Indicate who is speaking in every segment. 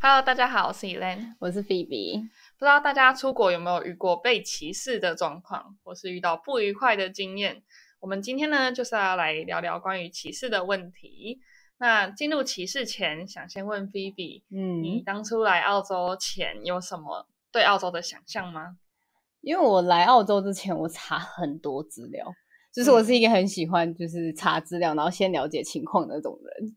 Speaker 1: 大家好，我是 Elaine。
Speaker 2: 我是 Phoebe。
Speaker 1: 不知道大家出国有没有遇过被歧视的状况，或是遇到不愉快的经验？我们今天呢，就是要来聊聊关于歧视的问题。那进入歧视前，想先问 Phoebe，你
Speaker 2: 嗯，
Speaker 1: 当初来澳洲前有什么对澳洲的想象吗？
Speaker 2: 因为我来澳洲之前，我查很多资料，就是我
Speaker 1: 嗯
Speaker 2: 是一个很喜欢就是查资料，然后先了解情况的那种人，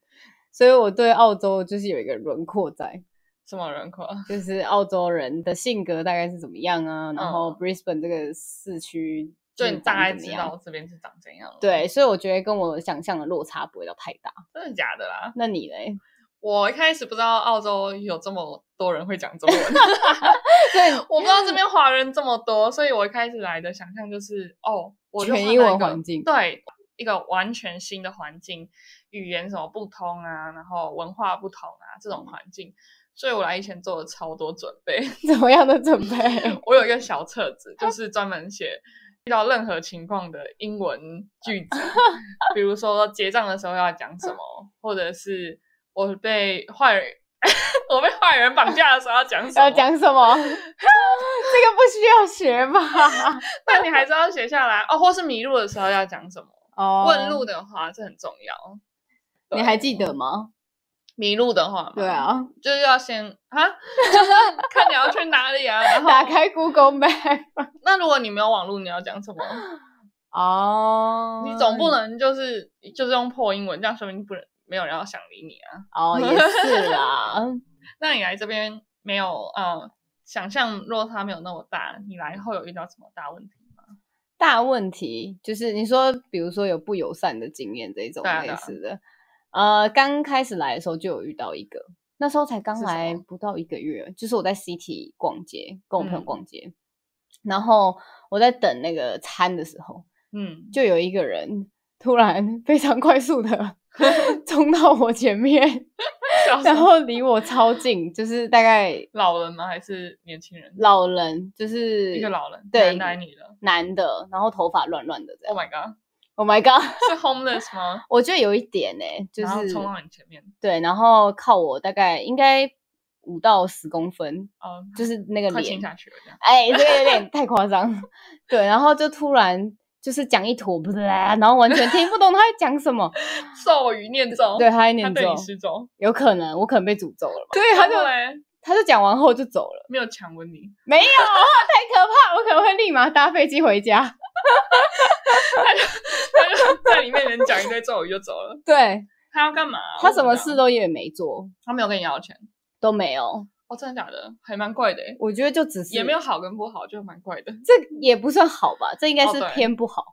Speaker 2: 所以我对澳洲就是有一个轮廓在，
Speaker 1: 什么人口？
Speaker 2: 就是澳洲人的性格大概是怎么样啊，然后
Speaker 1: 嗯
Speaker 2: Brisbane 这个市区
Speaker 1: 就是你大
Speaker 2: 长
Speaker 1: 概
Speaker 2: 怎么
Speaker 1: 知
Speaker 2: 样
Speaker 1: 道这边是长怎样？，
Speaker 2: 对，所以我觉得跟我想象的落差不会到太大。
Speaker 1: 真的假的啦？
Speaker 2: 那你嘞？
Speaker 1: 我一开始不知道澳洲有这么多人会讲中文。
Speaker 2: 对，
Speaker 1: 我不知道这边华人这么多，所以我一开始来的想象就是，哦，我就
Speaker 2: 全
Speaker 1: 换
Speaker 2: 英
Speaker 1: 到一
Speaker 2: 文
Speaker 1: 个
Speaker 2: 环境
Speaker 1: 对，一个完全新的环境，语言什么不通啊，然后文化不同啊，这
Speaker 2: 嗯
Speaker 1: 种环境，所以我来以前做了超多准备。
Speaker 2: 怎么样的准 备？
Speaker 1: 我有一个小册子，就是专门写遇到任何情况的英文句 子，比如说结账的时候要讲什么，或者是我被坏人。 我被坏人绑架的时候要讲什么？
Speaker 2: 要讲 什么？这个不需要学吧？
Speaker 1: 但你还是要写下来哦，或是迷路的时候要讲什么？
Speaker 2: 哦
Speaker 1: 问路的话，这很重要。对
Speaker 2: 你还记得吗？
Speaker 1: 迷路的话吗？
Speaker 2: 对，啊，
Speaker 1: 就是要先啊， 就是看你要去哪里啊。然后，
Speaker 2: 打开 Google Map。
Speaker 1: 那如果你没有网络，你要讲什么？
Speaker 2: 哦
Speaker 1: 你总不能就是就是用破英文，这样说明不能没有人要想理你啊。
Speaker 2: 哦，也是啦。
Speaker 1: 那你来这边没有呃，想象落差没有那么大，你来后有遇到什么大问题吗？
Speaker 2: 大问题就是你说，比如说有不友善的经验这种
Speaker 1: 对啊对
Speaker 2: 类
Speaker 1: 啊
Speaker 2: 似的，呃，刚开始来的时候就有遇到一个，那时候才刚
Speaker 1: 是什
Speaker 2: 来
Speaker 1: 么
Speaker 2: 不到一个月，就是我在 City 逛街，跟我朋友
Speaker 1: 嗯
Speaker 2: 逛街，然后我在等那个餐的时候，
Speaker 1: 嗯，
Speaker 2: 就有一个人突然 非常快速的 冲到我前面，
Speaker 1: 小时
Speaker 2: 然
Speaker 1: 候
Speaker 2: 后离我超近，就是大概
Speaker 1: 老人吗？还是年轻人？
Speaker 2: 老人，就是
Speaker 1: 一个老人，
Speaker 2: 对
Speaker 1: 男的女的。
Speaker 2: 男的，然后头发乱乱的这样。
Speaker 1: Oh my god，
Speaker 2: Oh my god！
Speaker 1: 是 homeless 吗？
Speaker 2: 我觉得有一点呢、就
Speaker 1: 然后
Speaker 2: 是
Speaker 1: 冲啊到你前面，
Speaker 2: 对，然后靠我大概应该五到十公分，
Speaker 1: 哦，
Speaker 2: 就是那个
Speaker 1: 快亲
Speaker 2: 脸，
Speaker 1: 下去了这样。
Speaker 2: 哎，这个有点太夸张了。对，然后就突然就是讲一坨，然后完全听不懂他在讲什么。
Speaker 1: 咒语念咒，
Speaker 2: 对，他在
Speaker 1: 哦他
Speaker 2: 念
Speaker 1: 对
Speaker 2: 咒
Speaker 1: 你，失踪，
Speaker 2: 有可能我可能被诅咒了吧。对，他
Speaker 1: 然
Speaker 2: 就
Speaker 1: 后嘞
Speaker 2: 他就讲完后就走了，
Speaker 1: 没有强吻你，
Speaker 2: 没有，太可怕，我可能会立马搭飞机回家。
Speaker 1: 他就在你面前讲一堆咒语就走了。
Speaker 2: 对
Speaker 1: 他要干嘛？啊
Speaker 2: 他什么
Speaker 1: 为
Speaker 2: 事
Speaker 1: 要？
Speaker 2: 都也没做，
Speaker 1: 他没有跟你要钱，
Speaker 2: 都没有。
Speaker 1: 哦，真的假的？还蛮怪的欸，
Speaker 2: 我觉得就只是
Speaker 1: 也没有，好跟不好，就蛮怪的。
Speaker 2: 这也不算好吧，这应该
Speaker 1: 哦
Speaker 2: 是
Speaker 1: 对
Speaker 2: 偏不好。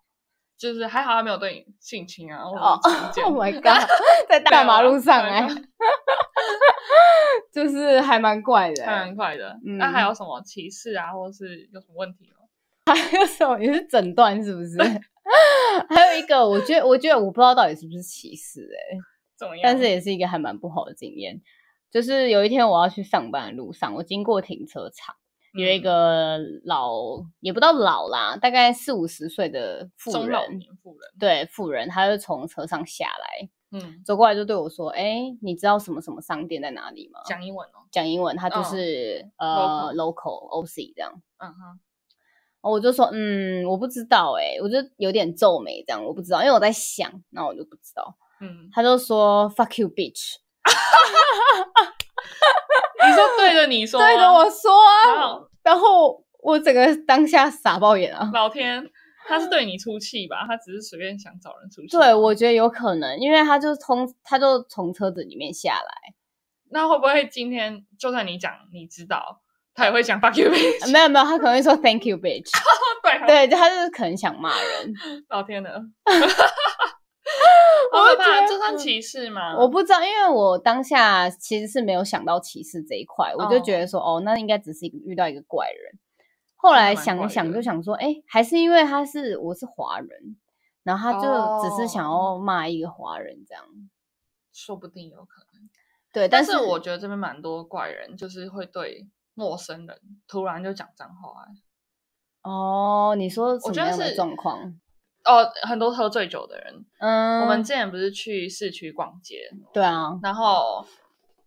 Speaker 1: 就是还好他没有对你性侵啊，
Speaker 2: 哦
Speaker 1: 或者是 强奸
Speaker 2: Oh my god，在大马路上哎、
Speaker 1: 对啊
Speaker 2: 就是还蛮怪 的、
Speaker 1: 还
Speaker 2: 欸。
Speaker 1: 蛮怪的。
Speaker 2: 嗯
Speaker 1: 那还有什么歧视啊，或者是有什么问题吗？
Speaker 2: 还有什么？你是诊断是不是？ 还有一个，我觉得，我觉得我不知道到底是不是歧视哎、
Speaker 1: 怎么样？
Speaker 2: 但是也是一个还蛮不好的经验。就是有一天我要去上班的路上，我经过停车场，有一
Speaker 1: 嗯
Speaker 2: 个老也不到老啦，大概四五十岁的妇
Speaker 1: 中老
Speaker 2: 人，
Speaker 1: 年妇人，
Speaker 2: 对妇人，她就从车上下来，
Speaker 1: 嗯，
Speaker 2: 走过来就对我说：“哎、你知道什么什么商店在哪里吗？”
Speaker 1: 讲英文哦，
Speaker 2: 讲英文，他就
Speaker 1: 嗯
Speaker 2: 是、呃 local OC 这样。
Speaker 1: 嗯哼，
Speaker 2: 然后我就说，嗯，我不知道、欸，我就有点皱眉这样，我不知道，因为我在想，那我就不知道。
Speaker 1: 嗯，
Speaker 2: 他就说 fuck you bitch，
Speaker 1: 你说对着你说吗，
Speaker 2: 对着我说
Speaker 1: 哇
Speaker 2: 啊
Speaker 1: 哦，
Speaker 2: 然后我整个当下傻爆眼啊。
Speaker 1: 老天，他是对你出气吧？他只是随便想找人出气。
Speaker 2: 对，我觉得有可能，因为他就从他就从车子里面下来，
Speaker 1: 那会不会今天就算你讲你知道，他也会讲 fuck you bitch？
Speaker 2: 没有没有，他可能会说 thank you bitch，
Speaker 1: 对，
Speaker 2: 对，他就是可能想骂人，
Speaker 1: 老天 的，
Speaker 2: 我
Speaker 1: 好可
Speaker 2: 觉
Speaker 1: 怕，
Speaker 2: 得嗯
Speaker 1: 这算歧视吗？
Speaker 2: 我不知道，因为我当下其实是没有想到歧视这一块，我就觉得说，哦，那应该只是一个遇到一个怪人。后
Speaker 1: 那
Speaker 2: 来
Speaker 1: 蛮
Speaker 2: 想
Speaker 1: 怪
Speaker 2: 一想，
Speaker 1: 的
Speaker 2: 就想说，哎、还是因为他是我是华人，然后他就只是想
Speaker 1: 哦
Speaker 2: 要骂一个华人这样。
Speaker 1: 说不定有可能，
Speaker 2: 对，
Speaker 1: 但
Speaker 2: 是
Speaker 1: 是我觉得这边蛮多怪人，就是会对陌生人突然就讲脏话、欸。
Speaker 2: 哦，你说什
Speaker 1: 我
Speaker 2: 么
Speaker 1: 觉得
Speaker 2: 样的
Speaker 1: 是
Speaker 2: 状况？
Speaker 1: 哦，很多喝醉酒的人。
Speaker 2: 嗯，
Speaker 1: 我们之前不是去市区逛街，
Speaker 2: 对啊，
Speaker 1: 然后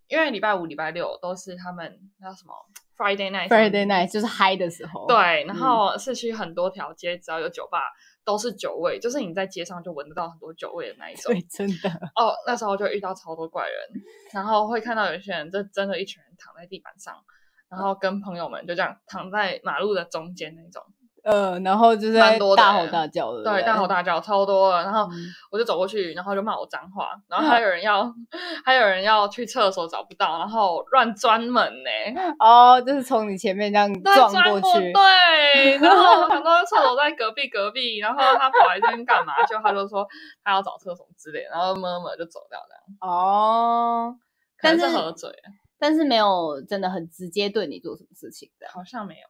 Speaker 1: 因为礼拜五、礼拜六都是他们叫什么 Friday night 什么
Speaker 2: Friday night 嗯就是嗨的时候，，
Speaker 1: 对，然后市区很多条街只要有酒吧都是酒味，就是你在街上就闻得到很多酒味的那一种
Speaker 2: 对，。真的，
Speaker 1: 哦，那时候就遇到超多怪人，然后会看到有些人就真的一群人躺在地板上，然后跟朋友们就这样躺在马路的中间那种，
Speaker 2: 呃，然后就是
Speaker 1: 蛮
Speaker 2: 在
Speaker 1: 多的
Speaker 2: 大
Speaker 1: 欸
Speaker 2: 吼大叫的，
Speaker 1: 对，大吼大叫，超多的。然后
Speaker 2: 嗯
Speaker 1: 我就走过去，然后就骂我脏话，然后还有人要，还有人要去厕所找不到，然后乱钻门呢、
Speaker 2: 叫，哦，就是从你前面这样
Speaker 1: 对，
Speaker 2: 撞
Speaker 1: 钻
Speaker 2: 过去，
Speaker 1: 对，然后我想 说厕所在隔壁隔壁，然后他跑来这边干嘛？就他就说他要找厕所之类的，然后么么就走掉了，
Speaker 2: 哦，
Speaker 1: 可能
Speaker 2: 但是
Speaker 1: 喝醉，
Speaker 2: 但是没有真的很直接对你做什么事情的，
Speaker 1: 好像没有。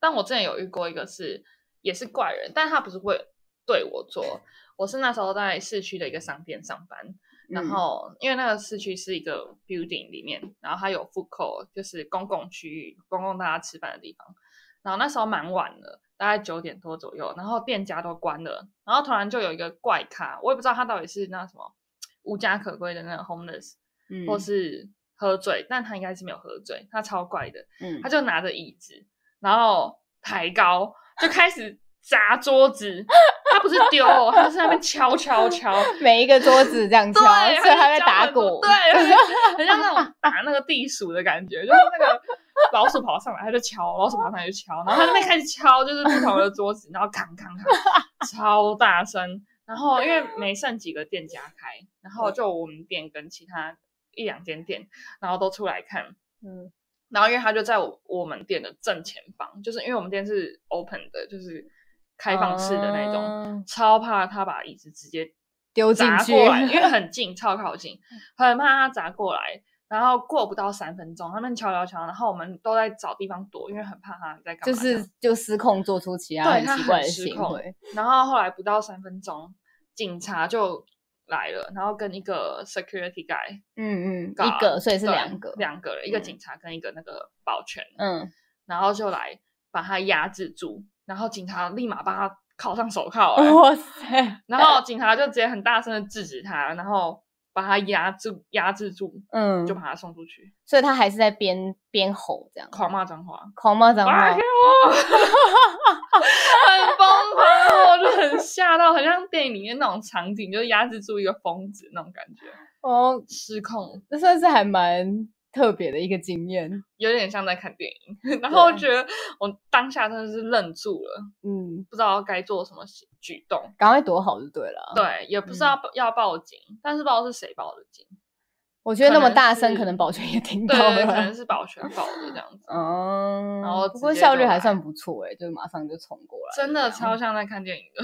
Speaker 1: 但我之前有遇过一个是也是怪人，但他不是会对我做，我是那时候在市区的一个商店上班，然
Speaker 2: 嗯
Speaker 1: 后因为那个市区是一个 building 里面，然后它有 food court，就是公共区域、公共大家吃饭的地方。然后那时候蛮晚了，大概九点多左右，然后店家都关了，然后突然就有一个怪咖，我也不知道他到底是那什么无家可归的那个 homeless，、
Speaker 2: 嗯，
Speaker 1: 或是喝醉，但他应该是没有喝醉，他超怪的，
Speaker 2: 嗯
Speaker 1: 他就拿着椅子，然后抬高，就开始砸桌子。他不是丢哦，他是在那边敲敲敲，
Speaker 2: 每一个桌子这样敲，
Speaker 1: 对，
Speaker 2: 所以他
Speaker 1: 就
Speaker 2: 在
Speaker 1: 敲
Speaker 2: 打
Speaker 1: 很多
Speaker 2: 鼓，
Speaker 1: 对，很像 很像那种打那个地鼠的感觉，就是那个老鼠跑上来他就敲，老鼠跑上来就敲，然后他那边开始敲，就是不同的桌子，然后扛扛扛，超大声。然后因为没剩几个店家开，然后就我们店跟其他一两间店，然后都出来看，
Speaker 2: 嗯，
Speaker 1: 然后因为他就在我我们店的正前方，就是因为我们店是 open 的，就是开放式的那种，
Speaker 2: 种，
Speaker 1: 超怕他把椅子直接
Speaker 2: 丢哦进
Speaker 1: 砸
Speaker 2: 去
Speaker 1: 过来，因为很近，超靠 近，很怕他砸过来。然后过不到三分钟，他们敲敲敲，然后我们都在找地方躲，因为很怕他在干
Speaker 2: 就
Speaker 1: 嘛这样。
Speaker 2: 是就失控做出其他
Speaker 1: 对
Speaker 2: 很
Speaker 1: 他
Speaker 2: 奇怪
Speaker 1: 很
Speaker 2: 的
Speaker 1: 失
Speaker 2: 行
Speaker 1: 控
Speaker 2: 为，
Speaker 1: 然后后来不到三分钟，警察就来了，然后跟一个 security guy，
Speaker 2: 嗯嗯，
Speaker 1: guard，
Speaker 2: 一个，所以是
Speaker 1: 对
Speaker 2: 两个，
Speaker 1: 两个人，一个
Speaker 2: 嗯
Speaker 1: 警察跟一个那个保全，
Speaker 2: 嗯，
Speaker 1: 然后就来把他压制住，然后警察立马把他铐上手铐了，
Speaker 2: 哇 塞，
Speaker 1: 然后警察就直接很大声的制止他，然后把他压制压制住，
Speaker 2: 嗯
Speaker 1: 就，把他送出去，
Speaker 2: 所以他还是在边边吼这样，
Speaker 1: 狂骂脏话，
Speaker 2: 狂骂脏
Speaker 1: 哎
Speaker 2: 话
Speaker 1: 呦，，很疯狂，啊我就很吓到，很像电影里面那种场景，就是压制住一个疯子那种感觉，
Speaker 2: 哦，
Speaker 1: 失控，
Speaker 2: 这算是还蛮特别的一个经验，
Speaker 1: 有点像在看电影， 然后
Speaker 2: 对
Speaker 1: 觉得我当下真的是愣住了，
Speaker 2: 嗯，
Speaker 1: 不知道该做什么举动。
Speaker 2: 赶快躲好就对了。，啊
Speaker 1: 对，也不知道要报警，但是不知道是谁报的警。
Speaker 2: 我觉得那么
Speaker 1: 可能
Speaker 2: 大声，
Speaker 1: 是
Speaker 2: 可能保全也听
Speaker 1: 对
Speaker 2: 到
Speaker 1: 对对，可
Speaker 2: 了
Speaker 1: 能。是保全报的这样子。
Speaker 2: 嗯，
Speaker 1: 然后
Speaker 2: 不
Speaker 1: 直
Speaker 2: 过
Speaker 1: 接
Speaker 2: 效
Speaker 1: 就
Speaker 2: 率还
Speaker 1: 来
Speaker 2: 算不错哎，就是马上就冲过来，
Speaker 1: 真的
Speaker 2: 这样
Speaker 1: 超。像在看电影的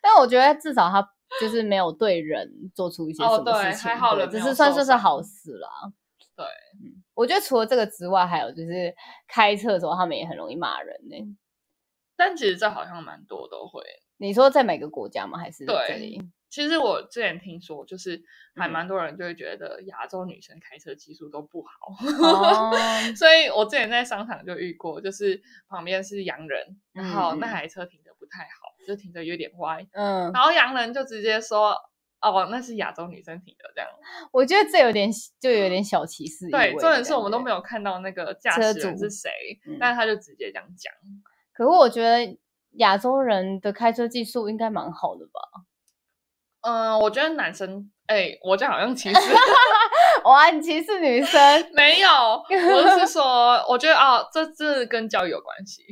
Speaker 2: 但我觉得至少他就是没有对人做出一些
Speaker 1: 哦
Speaker 2: 什么
Speaker 1: 对
Speaker 2: 事情，
Speaker 1: 还好人
Speaker 2: 只
Speaker 1: 没
Speaker 2: 是
Speaker 1: 有
Speaker 2: 算
Speaker 1: 受
Speaker 2: 是是
Speaker 1: 伤
Speaker 2: 好事啦。
Speaker 1: 对
Speaker 2: 嗯，我觉得除了这个之外，还有就是开车的时候，他们也很容易骂人欸呢、
Speaker 1: 但其实这好像蛮多都会。
Speaker 2: 你说在每个国家吗？还是
Speaker 1: 对
Speaker 2: 这里？
Speaker 1: 其实我之前听说，就是还
Speaker 2: 嗯
Speaker 1: 蛮多人就会觉得亚洲女生开车技术都不好，
Speaker 2: 哦，
Speaker 1: 所以我之前在商场就遇过，就是旁边是洋人，然后那
Speaker 2: 嗯嗯
Speaker 1: 台车停的不太好，就停的有点歪，
Speaker 2: 嗯，
Speaker 1: 然后洋人就直接说：“哦，那是亚洲女生停的。”这样，
Speaker 2: 我觉得这有点就有点小歧视意
Speaker 1: 对，
Speaker 2: 味
Speaker 1: 重
Speaker 2: 的
Speaker 1: 点是
Speaker 2: 感
Speaker 1: 我们都
Speaker 2: 觉
Speaker 1: 没有看到那个驾
Speaker 2: 车
Speaker 1: 驶人
Speaker 2: 主
Speaker 1: 是谁，
Speaker 2: 嗯
Speaker 1: 但是他就直接这样讲。
Speaker 2: 可是我觉得亚洲人的开车技术应该蛮好的吧？
Speaker 1: 嗯，我觉得男生，哎、我这样好像其实？
Speaker 2: 哇，啊你歧视女生
Speaker 1: 没有，我是说，我觉得哦，这这跟教育有关系，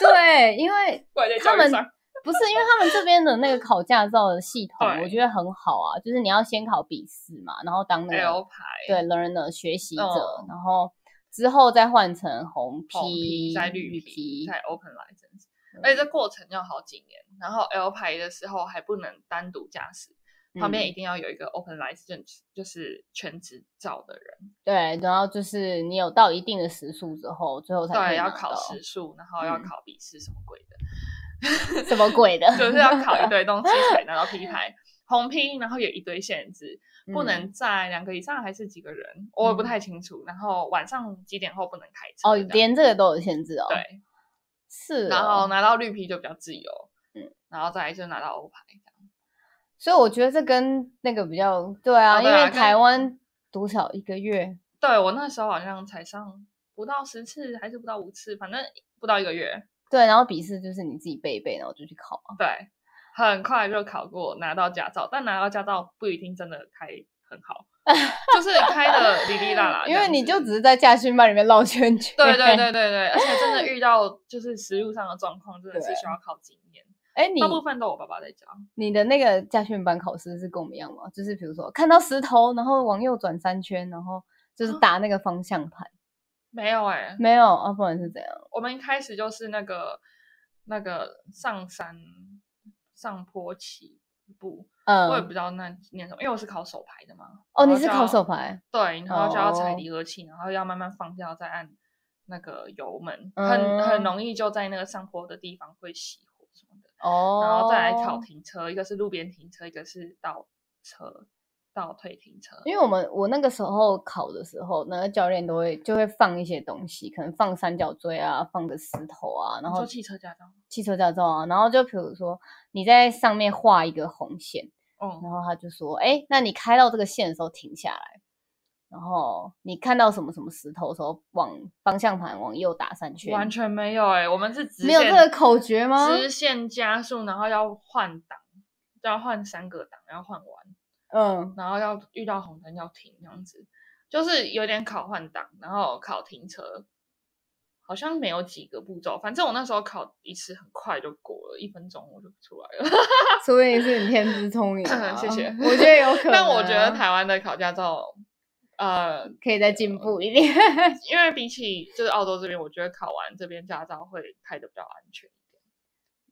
Speaker 2: 对，因为
Speaker 1: 怪在
Speaker 2: 他
Speaker 1: 教育
Speaker 2: 们
Speaker 1: 上。
Speaker 2: 不是因为他们这边的那个考驾照的系统，
Speaker 1: 对
Speaker 2: 我觉得很好啊，就是你要先考笔试嘛，然后当那
Speaker 1: L
Speaker 2: 个
Speaker 1: 牌
Speaker 2: 对 learner 学习者，
Speaker 1: 嗯
Speaker 2: 然后之后再换成红
Speaker 1: 红皮
Speaker 2: 皮、
Speaker 1: 在绿
Speaker 2: 绿
Speaker 1: 皮
Speaker 2: 皮
Speaker 1: 在 Open License，
Speaker 2: 嗯
Speaker 1: 而且这过程要好几年。然后 L 牌的时候还不能单独驾驶，旁边
Speaker 2: 嗯
Speaker 1: 一定要有一个 Open License，就是全执照的人，
Speaker 2: 对，然后就是你有到一定的时速之后，最后才可
Speaker 1: 对，
Speaker 2: 以
Speaker 1: 要
Speaker 2: 拿
Speaker 1: 考
Speaker 2: 到
Speaker 1: 时速，然后要
Speaker 2: 嗯
Speaker 1: 考笔试什么鬼的。
Speaker 2: 什么鬼的？
Speaker 1: 就是要考一堆东西才拿到 P 牌，红 P，然后有一堆限制，不能
Speaker 2: 嗯
Speaker 1: 在两个以上还是几个人，我也不
Speaker 2: 嗯
Speaker 1: 太清楚。然后晚上几点后不能开车
Speaker 2: 哦，
Speaker 1: 这样，
Speaker 2: 连这个都有限制哦。，
Speaker 1: 对，
Speaker 2: 是、哦。
Speaker 1: 然后拿到绿 P 就比较自由，
Speaker 2: 嗯
Speaker 1: 嗯，然后再来就拿到欧牌这样。
Speaker 2: 所以我觉得这跟那个比较对啊，
Speaker 1: 哦
Speaker 2: 因
Speaker 1: 对啊
Speaker 2: 为
Speaker 1: 跟
Speaker 2: 台湾多少一个月？
Speaker 1: 对我那时候好像才上不到十次，还是不到五次，反正不到一个月。
Speaker 2: 对，然后笔试就是你自己背一背，然后就去考 啊。
Speaker 1: 对，很快就考过，拿到驾照。但拿到驾照不一定真的开很 好，就是开的哩哩啦啦这
Speaker 2: 因
Speaker 1: 样
Speaker 2: 为
Speaker 1: 子。
Speaker 2: 你就只是在驾训班里面绕圈圈。
Speaker 1: 对对。 对对对，而且真的遇到就是实路上的状况，真的是
Speaker 2: 对
Speaker 1: 需要靠经验。
Speaker 2: 哎，你
Speaker 1: 大部分都我爸爸在教。
Speaker 2: 你的那个驾训班考试是跟我们一样吗？就是比如说看到石头，然后往右转三圈，然后就是打那个方向盘。
Speaker 1: 没有哎、
Speaker 2: 没有啊，不然是怎样？
Speaker 1: 我们一开始就是那个那个上山上坡起步，我也不
Speaker 2: 嗯，
Speaker 1: 知道那念什么，因为我是考手牌的嘛。
Speaker 2: 哦，
Speaker 1: 然后
Speaker 2: 你是
Speaker 1: 就
Speaker 2: 考
Speaker 1: 要
Speaker 2: 手牌？
Speaker 1: 对，然后就要踩
Speaker 2: 哦
Speaker 1: 离合器，然后要慢慢放掉，再按那个油门，
Speaker 2: 嗯
Speaker 1: 很很容易就在那个上坡的地方会熄火什么的。
Speaker 2: 哦，
Speaker 1: 然后再来考停车，一个是路边停车，一个是倒车倒退停车。
Speaker 2: 因为我们我那个时候考的时候，那个教练都会就会放一些东西，可能放三角锥啊，放个石头啊，然
Speaker 1: 你说
Speaker 2: 后
Speaker 1: 汽车驾照吗，
Speaker 2: 汽车驾照啊，然后就比如说你在上面画一个红线，然
Speaker 1: 嗯，
Speaker 2: 后他就说，哎，那你开到这个线的时候停下来，然后你看到什么什么石头的时候，往方向盘往右打三圈，
Speaker 1: 完全没有哎、我们是直
Speaker 2: 没有
Speaker 1: 线
Speaker 2: 这个口诀吗？
Speaker 1: 直线加速，然后要换挡，要换三个档，要换完，
Speaker 2: 嗯，
Speaker 1: 然后要遇到红灯要停，这样子就是有点考换挡，然后考停车，好像没有几个步骤。反正我那时候考一次很快就过了，一分钟我就出来了。
Speaker 2: 说不定是你天资聪颖 啊、
Speaker 1: 谢谢
Speaker 2: 我觉得有可 能、
Speaker 1: 但我觉得。台湾的考驾照，呃，
Speaker 2: 可以再进步一点，
Speaker 1: 因为比起就是澳洲这边，我觉得考完这边驾照会开的比较安全。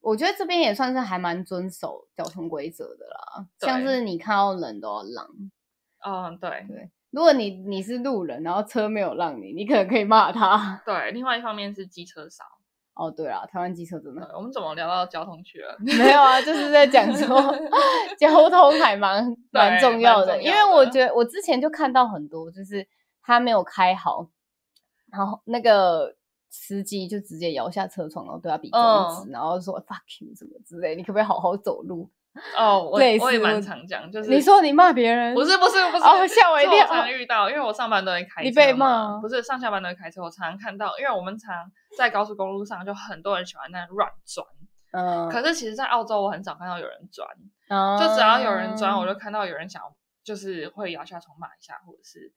Speaker 2: 我觉得这边也算是还蛮遵守交通规则的啦，
Speaker 1: 对
Speaker 2: 像是你看到人都要让，
Speaker 1: 嗯，对
Speaker 2: 如果你你是路人，然后车没有让你，你可能可以骂他。
Speaker 1: 对。另外一方面是机车少，
Speaker 2: 哦，对啦，台湾机车真的
Speaker 1: 对
Speaker 2: 很
Speaker 1: 我们怎么聊到交通去了？
Speaker 2: 没有啊，就是在讲 说交通还蛮蛮重要的，
Speaker 1: 蛮重要的
Speaker 2: 因为我觉得我之前就看到很多，就是他没有开好，然后那个司机就直接摇下车窗，然后对他比中指，
Speaker 1: 嗯
Speaker 2: 然后说 “fuck you” 什么之类，你可不可以好好走路？
Speaker 1: 哦，我
Speaker 2: 类似
Speaker 1: 我也
Speaker 2: 我
Speaker 1: 蛮常讲，就是
Speaker 2: 你说你骂别人，
Speaker 1: 不是不是不是
Speaker 2: 哦吓我一
Speaker 1: 是
Speaker 2: 跳
Speaker 1: 常遇到，因为我上班都会开车嘛，
Speaker 2: 你被骂
Speaker 1: 不是上下班都会开车，我常常看到，因为我们常在高速公路上就很多人喜欢那乱钻，
Speaker 2: 嗯，
Speaker 1: 可是其实，在澳洲我很少看到有人钻，
Speaker 2: 啊
Speaker 1: 就只要有人钻，我就看到有人想要就是会摇下窗骂一下，或者是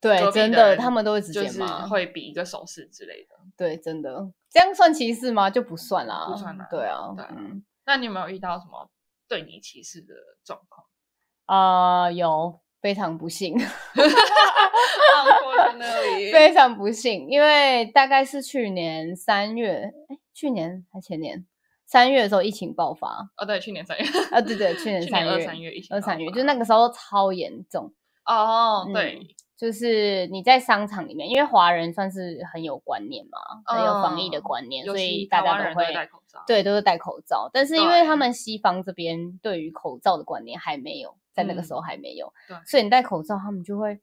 Speaker 2: 对，
Speaker 1: 隔壁
Speaker 2: 真
Speaker 1: 的
Speaker 2: 的，
Speaker 1: 人
Speaker 2: 他们都会直
Speaker 1: 就
Speaker 2: 接
Speaker 1: 是
Speaker 2: 骂，
Speaker 1: 会比一个手势之类的。
Speaker 2: 对，真的，这样算歧视吗？就不算啦，
Speaker 1: 不算啦
Speaker 2: 对啊，
Speaker 1: 对啊
Speaker 2: 嗯，
Speaker 1: 那你有没有遇到什么对你歧视的状 况？
Speaker 2: 啊，有，非常不幸。
Speaker 1: 澳洲在那里，
Speaker 2: 非常不幸，因为大概是去年三月，哎，去年还前年三月的时候疫情爆发，
Speaker 1: 哦，对，去年三月，
Speaker 2: 啊，对对，去年
Speaker 1: 去年
Speaker 2: 三
Speaker 1: 二
Speaker 2: 月，
Speaker 1: 三月一起
Speaker 2: 二三
Speaker 1: 爆
Speaker 2: 月，
Speaker 1: 发
Speaker 2: 就那个时候超严重，
Speaker 1: 哦，
Speaker 2: 嗯
Speaker 1: 对，
Speaker 2: 就是你在商场里面，因为华人算是很有观念嘛，很有防疫的
Speaker 1: 嗯
Speaker 2: 观念，
Speaker 1: 尤
Speaker 2: 所
Speaker 1: 其
Speaker 2: 以
Speaker 1: 台
Speaker 2: 大家
Speaker 1: 湾人
Speaker 2: 会
Speaker 1: 戴口罩，
Speaker 2: 对，都是戴口罩。但是因为
Speaker 1: 对
Speaker 2: 他们西方这边对于口罩的观念还没有，在那个时候还没有，
Speaker 1: 嗯对
Speaker 2: 所以你戴口罩，他们就会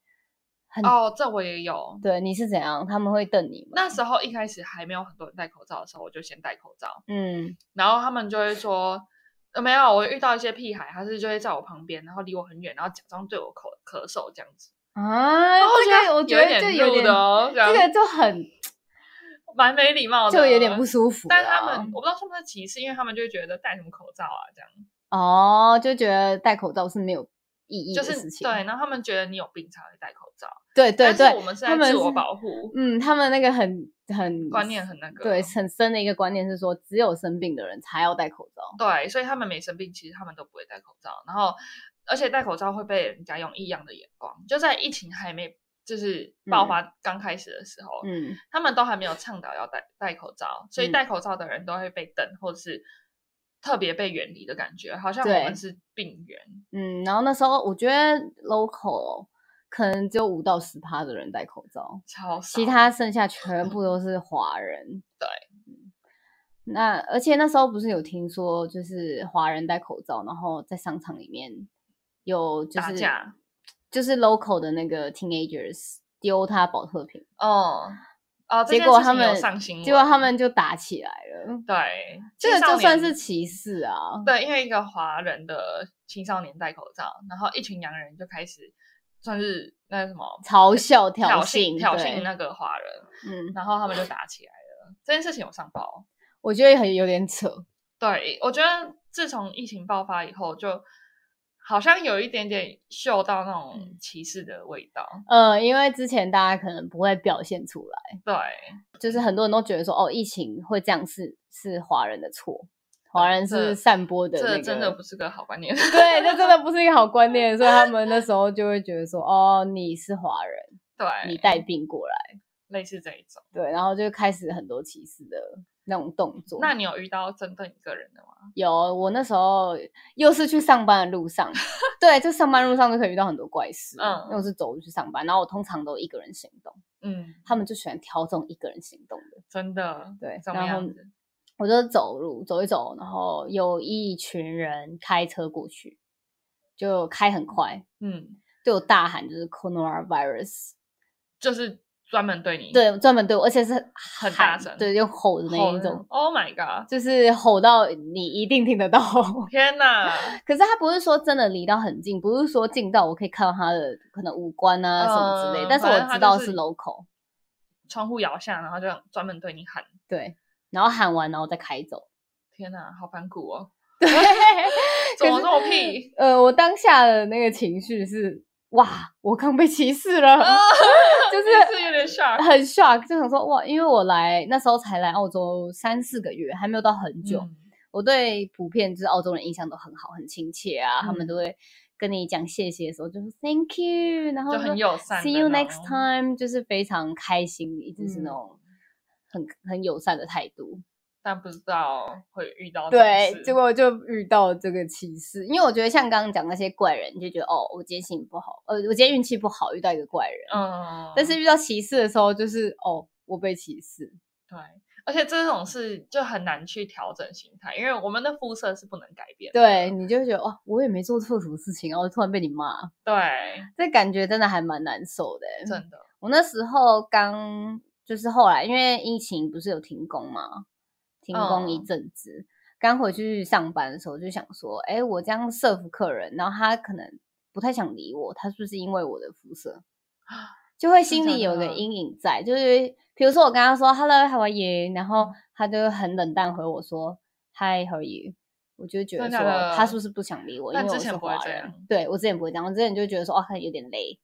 Speaker 2: 很、
Speaker 1: 哦，这我也有。
Speaker 2: 对你是怎样，他们会瞪你吗？
Speaker 1: 那时候一开始还没有很多人戴口罩的时候，我就先戴口罩，
Speaker 2: 嗯，
Speaker 1: 然后他们就会说。呃，没有，我遇到一些屁孩，他是就会在我旁边，然后离我很远，然后假装对我咳咳嗽这样子。
Speaker 2: 啊，
Speaker 1: 然后
Speaker 2: 这个我觉
Speaker 1: 觉哦
Speaker 2: 得
Speaker 1: 有
Speaker 2: 就
Speaker 1: 点
Speaker 2: 有
Speaker 1: rude
Speaker 2: 点，
Speaker 1: 哦，
Speaker 2: 这
Speaker 1: 样
Speaker 2: 个就很
Speaker 1: 蛮没礼貌的，哦
Speaker 2: 就有点不舒服啦。啊
Speaker 1: 但他们我不知道是不是歧视，因为他们就会觉得戴什么口罩啊，这样
Speaker 2: 哦，就觉得戴口罩是没有意义
Speaker 1: 就
Speaker 2: 的
Speaker 1: 是
Speaker 2: 事情。
Speaker 1: 对，然后他们觉得你有病才会戴口罩，
Speaker 2: 对对
Speaker 1: 但是
Speaker 2: 对
Speaker 1: 我们是
Speaker 2: 他
Speaker 1: 在
Speaker 2: 们
Speaker 1: 自我
Speaker 2: 是
Speaker 1: 保护，
Speaker 2: 嗯，他们那个很很
Speaker 1: 观念很那个，哦
Speaker 2: 对很深的一个观念是说，只有生病的人才要戴口罩。
Speaker 1: 对，所以他们没生病，其实他们都不会戴口罩。然后，而且戴口罩会被人家用异样的眼光。就在疫情还没就是爆
Speaker 2: 嗯
Speaker 1: 发刚开始的时候，
Speaker 2: 嗯，
Speaker 1: 他们都还没有倡导要戴戴口罩，所以
Speaker 2: 嗯
Speaker 1: 戴口罩的人都会被瞪，或者是特别被远离的感觉，好像我
Speaker 2: 对
Speaker 1: 们是病源。
Speaker 2: 嗯，然后那时候我觉得 local 可能只有五到十趴的人戴口罩，
Speaker 1: 超少
Speaker 2: 其他剩下全部都是华人。
Speaker 1: 对
Speaker 2: 嗯，那而且那时候不是有听说，就是华人戴口罩，然后在商场里面有就
Speaker 1: 打
Speaker 2: 是
Speaker 1: 架
Speaker 2: 就是 local 的那个 teenagers 丢他保特瓶，
Speaker 1: 哦哦，这
Speaker 2: 结
Speaker 1: 件
Speaker 2: 果
Speaker 1: 事
Speaker 2: 他
Speaker 1: 情有
Speaker 2: 们
Speaker 1: 上新闻，
Speaker 2: 结果他们就打起来了。
Speaker 1: 对
Speaker 2: 这
Speaker 1: 嗯青
Speaker 2: 个
Speaker 1: 少
Speaker 2: 就算
Speaker 1: 年
Speaker 2: 是歧视啊！
Speaker 1: 对，因为一个华人的青少年戴口罩，然后一群洋人就开始算是那什么
Speaker 2: 嘲笑、挑
Speaker 1: 挑
Speaker 2: 衅、
Speaker 1: 挑
Speaker 2: 对
Speaker 1: 衅那个华人，
Speaker 2: 嗯，
Speaker 1: 然后他们就打起来了。这件事情有上报，
Speaker 2: 我觉得很有点扯。
Speaker 1: 对我觉得自从疫情爆发以后，就好像有一点点嗅到那种
Speaker 2: 嗯
Speaker 1: 歧视的味道。
Speaker 2: 呃，因为之前大家可能不会表现出来，
Speaker 1: 对，
Speaker 2: 就是很多人都觉得说，哦，疫情会这样是是华人的错，华人
Speaker 1: 啊这
Speaker 2: 是散播的、那
Speaker 1: 这
Speaker 2: 个
Speaker 1: 真的不是个好观念。
Speaker 2: 对，这真的不是一个好观念，所以他们那时候就会觉得说，哦，你是华人，你
Speaker 1: 对，
Speaker 2: 带病过来，
Speaker 1: 类似这一种。
Speaker 2: 对，然后就开始很多歧视的那种动作。
Speaker 1: 那你有遇到针对你个人的吗？
Speaker 2: 有我那时候又是去上班的路 上，对，就上班路上就可以遇到很多怪事，
Speaker 1: 嗯
Speaker 2: 嗯，又是走路去上班，然后我通常都一个人行动，
Speaker 1: 嗯，
Speaker 2: 他们就喜欢挑这种一个人行动的，
Speaker 1: 真的，
Speaker 2: 对，
Speaker 1: 怎么
Speaker 2: 然后
Speaker 1: 样子？
Speaker 2: 我就走路走一走，然后有一群人开车过去，就开很快，
Speaker 1: 嗯，
Speaker 2: 对我大喊就是 coronavirus，
Speaker 1: 就是专门对你
Speaker 2: 对，专门对我，而且是
Speaker 1: 很大
Speaker 2: 喊
Speaker 1: 声
Speaker 2: 对，用吼的那
Speaker 1: 吼
Speaker 2: 一
Speaker 1: 的
Speaker 2: 种，
Speaker 1: Oh my god！
Speaker 2: 就是吼到你一定听得到。
Speaker 1: 天哪，
Speaker 2: 可是他不是说真的离到很近，不是说近到我可以看到他的可能五官啊什么之类，
Speaker 1: 嗯
Speaker 2: 但是
Speaker 1: 反正
Speaker 2: 我
Speaker 1: 他
Speaker 2: 知道
Speaker 1: 就是
Speaker 2: 是 local，
Speaker 1: 窗户摇下，然后就专门对你喊。
Speaker 2: 对，然后喊完然后再开走。
Speaker 1: 天哪，好反骨哦！
Speaker 2: 对，
Speaker 1: 怎
Speaker 2: 可
Speaker 1: 么
Speaker 2: 是
Speaker 1: 这么 屁？
Speaker 2: 呃，我当下的那个情绪是哇，我刚被歧 视了，哦就是
Speaker 1: 是有点 shock。
Speaker 2: 很 shock，就想说哇，因为我来那时候才来澳洲三四个月，还没有到很久，
Speaker 1: 嗯
Speaker 2: 我对普遍就是澳洲人印象都很好，很亲切啊，他
Speaker 1: 嗯
Speaker 2: 们都会跟你讲谢谢的时候就是 Thank you，然后
Speaker 1: 就
Speaker 2: 说
Speaker 1: 很友善的
Speaker 2: See you
Speaker 1: 那
Speaker 2: next
Speaker 1: 种
Speaker 2: time，就是非常开心，一直是
Speaker 1: 嗯
Speaker 2: 那种很很友善的态度。
Speaker 1: 但不知道会遇到这种
Speaker 2: 对，
Speaker 1: 事
Speaker 2: 结果就遇到这个歧视，因为我觉得像刚刚讲那些怪人，你就觉得哦，我今天心情不好，呃，我今天运气不好，遇到一个怪人。
Speaker 1: 嗯，
Speaker 2: 但是遇到歧视的时候，就是哦，我被歧视。
Speaker 1: 对，而且这种事就很难去调整心态，因为我们的肤色是不能改变的。
Speaker 2: 对，你就会觉得哇，我也没做错什么事情，然后突然被你骂，
Speaker 1: 对，
Speaker 2: 这感觉真的还蛮难受的欸。
Speaker 1: 真的，
Speaker 2: 我那时候刚就是后来，因为疫情不是有停工嘛，停工一
Speaker 1: 嗯
Speaker 2: 阵子，刚回去上班的时候就想说，哎，我这样说服客人，然后他可能不太想理我，他是不是因为我的肤色，就会心
Speaker 1: 啊真
Speaker 2: 里有个
Speaker 1: 的
Speaker 2: 阴影在，就是比如说我跟他说 “Hello, how are you”，然
Speaker 1: 嗯
Speaker 2: 后他就很冷淡回我说 “Hi, how are you”。我就觉得
Speaker 1: 真的
Speaker 2: 说
Speaker 1: 假的
Speaker 2: 他是不是不想理我，因
Speaker 1: 但
Speaker 2: 为我
Speaker 1: 之前
Speaker 2: 是
Speaker 1: 不会
Speaker 2: 华
Speaker 1: 这
Speaker 2: 人
Speaker 1: 样。
Speaker 2: 对我之前不会这样，我之前就觉得说哦，可能有点累，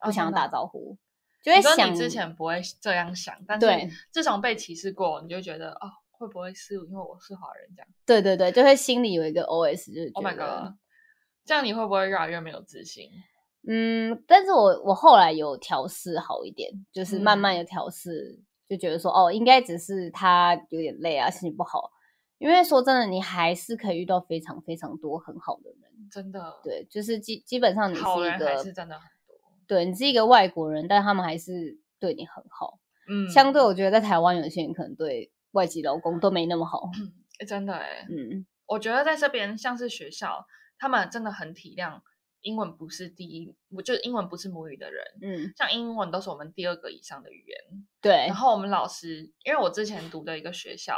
Speaker 1: 哦
Speaker 2: 不想要
Speaker 1: 真的
Speaker 2: 打
Speaker 1: 哦
Speaker 2: 招呼，就
Speaker 1: 你
Speaker 2: 会
Speaker 1: 说
Speaker 2: 想
Speaker 1: 你之前不会这样想，但是
Speaker 2: 对
Speaker 1: 自从被歧视过，你就觉得哦，会不会是因为我是华人这样
Speaker 2: 对对对，就会心里有一个 OS，就是
Speaker 1: ？Oh
Speaker 2: 觉
Speaker 1: my
Speaker 2: 得
Speaker 1: god！这样你会不会越来越没有自信？
Speaker 2: 嗯，但是我我后来有调试好一点，就是慢慢
Speaker 1: 嗯
Speaker 2: 有调试，就觉得说哦，应该只是他有点累啊，心情不好。因为说真的，你还是可以遇到非常非常多很好的人，
Speaker 1: 真的，
Speaker 2: 对，就是基基本上你是
Speaker 1: 好
Speaker 2: 一
Speaker 1: 人还
Speaker 2: 个，
Speaker 1: 是真的很多。
Speaker 2: 对你是一个外国人，但他们还是对你很好。
Speaker 1: 嗯，
Speaker 2: 相对，我觉得在台湾有些人可能对外籍劳工都没那么好，
Speaker 1: 诶真的哎，
Speaker 2: 嗯，
Speaker 1: 我觉得在这边像是学校，他们真的很体谅英文不是第一，我就是英文不是母语的人。
Speaker 2: 嗯，
Speaker 1: 像英文都是我们第二个以上的语言，
Speaker 2: 对
Speaker 1: 然，后我们老师，因为我之前读的一个学校，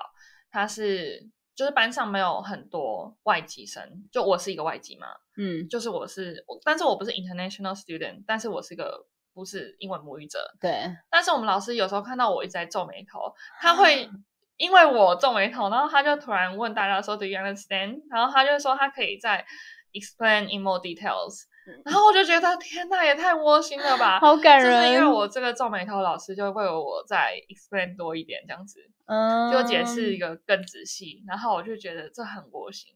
Speaker 1: 它是就是班上没有很多外籍生，就我是一个外籍嘛，
Speaker 2: 嗯，
Speaker 1: 就是我是，我但是我不是 international student，但是我是个不是英文母语者，
Speaker 2: 对，
Speaker 1: 但是我们老师有时候看到我一直在皱眉头，他
Speaker 2: 啊
Speaker 1: 会因为我皱眉头，然后他就突然问大家说 “Do you understand？” 然后他就说他可以再 explain in more details，
Speaker 2: 嗯
Speaker 1: 然后我就觉得天呐，也太窝心了吧！
Speaker 2: 好感
Speaker 1: 就是
Speaker 2: 人，
Speaker 1: 因为我这个皱眉头，老师就为我再 explain 多一点，这样子
Speaker 2: 嗯，
Speaker 1: 就解释一个更仔细。然后我就觉得这很窝心，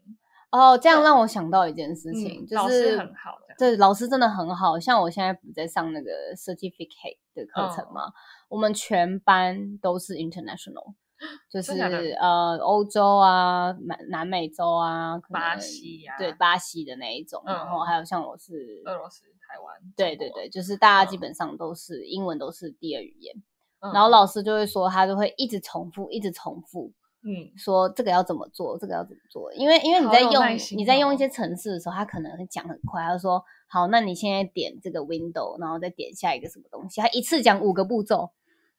Speaker 2: 哦，这样让我想到一件事情，
Speaker 1: 嗯
Speaker 2: 就
Speaker 1: 老
Speaker 2: 是
Speaker 1: 师很好这样
Speaker 2: 对老师真的很好。像我现在不在上那个 certificate 的课程
Speaker 1: 嗯
Speaker 2: 嘛，我们全班都是 international，就
Speaker 1: 真
Speaker 2: 是
Speaker 1: 假的
Speaker 2: 呃欧洲啊、南南美洲啊、可
Speaker 1: 巴
Speaker 2: 能
Speaker 1: 西呀
Speaker 2: 对巴西的那一种，然后
Speaker 1: 嗯
Speaker 2: 还有像我是
Speaker 1: 俄罗斯、台湾，
Speaker 2: 对对
Speaker 1: 中国，
Speaker 2: 对，就是大家基
Speaker 1: 嗯
Speaker 2: 本上都是英文都是第二语言，
Speaker 1: 嗯
Speaker 2: 然后老师就会说他就会一直重复，一直重复，
Speaker 1: 嗯
Speaker 2: 说这个要怎么做，这个要怎么做，因为因为你
Speaker 1: 好
Speaker 2: 在
Speaker 1: 有
Speaker 2: 用
Speaker 1: 耐心
Speaker 2: 你在用一
Speaker 1: 哦
Speaker 2: 些程式的时候，他可能会讲很快，他就说好，那你现在点这个 window，然后再点下一个什么东西，他一次讲五个步骤，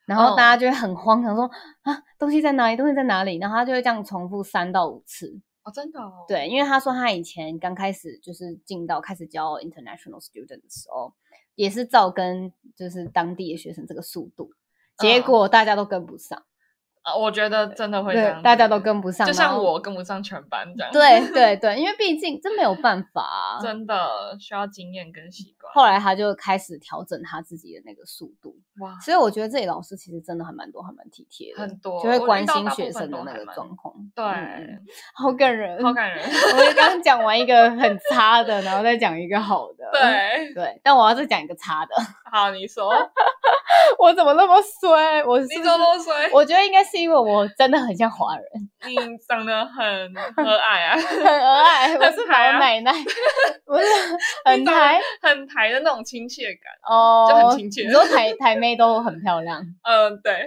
Speaker 2: 然后
Speaker 1: 哦
Speaker 2: 大家就会很慌，想说啊东西在哪里，东西在哪里，然后他就会这样重复三到五次。
Speaker 1: 哦，真的哦，
Speaker 2: 对，因为他说他以前刚开始就是进到开始教 international student 的时候，也是照跟就是当地的学生这个速度，
Speaker 1: 嗯
Speaker 2: 结果大家都跟不上，
Speaker 1: 啊，我觉得真的会这样
Speaker 2: 对，
Speaker 1: 子，嗯
Speaker 2: 大家都跟不上，
Speaker 1: 就
Speaker 2: 然
Speaker 1: 像
Speaker 2: 后。
Speaker 1: 我跟不上全班 这样，，
Speaker 2: 对对对，因为毕竟这没有办法、啊。
Speaker 1: 真的需要经验跟习惯。
Speaker 2: 后来他就开始调整他自己的那个速度，
Speaker 1: 哇，
Speaker 2: 所以我觉得这里老师其实真的还蛮多，还蛮体贴的，
Speaker 1: 很多
Speaker 2: 就会
Speaker 1: 我遇
Speaker 2: 关
Speaker 1: 到
Speaker 2: 心
Speaker 1: 大部
Speaker 2: 学
Speaker 1: 分
Speaker 2: 生的
Speaker 1: 都
Speaker 2: 那
Speaker 1: 还
Speaker 2: 个
Speaker 1: 蛮
Speaker 2: 状况。
Speaker 1: 对，
Speaker 2: 嗯嗯好感人，
Speaker 1: 好感人。
Speaker 2: 我就刚刚讲完一个很差的，然后再讲一个好的。
Speaker 1: 对，
Speaker 2: 对，但我要再讲一个差 的，
Speaker 1: 好，你说，
Speaker 2: 我怎么那么衰？我是
Speaker 1: 你怎
Speaker 2: 不
Speaker 1: 么
Speaker 2: 是
Speaker 1: 那么衰？
Speaker 2: 我觉得应该是因为我真的很像华人，
Speaker 1: 你长得很和蔼啊，
Speaker 2: 很和蔼，我是
Speaker 1: 很台啊
Speaker 2: 老 奶奶，不是很
Speaker 1: 你长得
Speaker 2: 台
Speaker 1: 很台的那种亲切感。
Speaker 2: 哦，
Speaker 1: 就很亲切
Speaker 2: 你说台 台妹都很 漂亮，
Speaker 1: 嗯，对，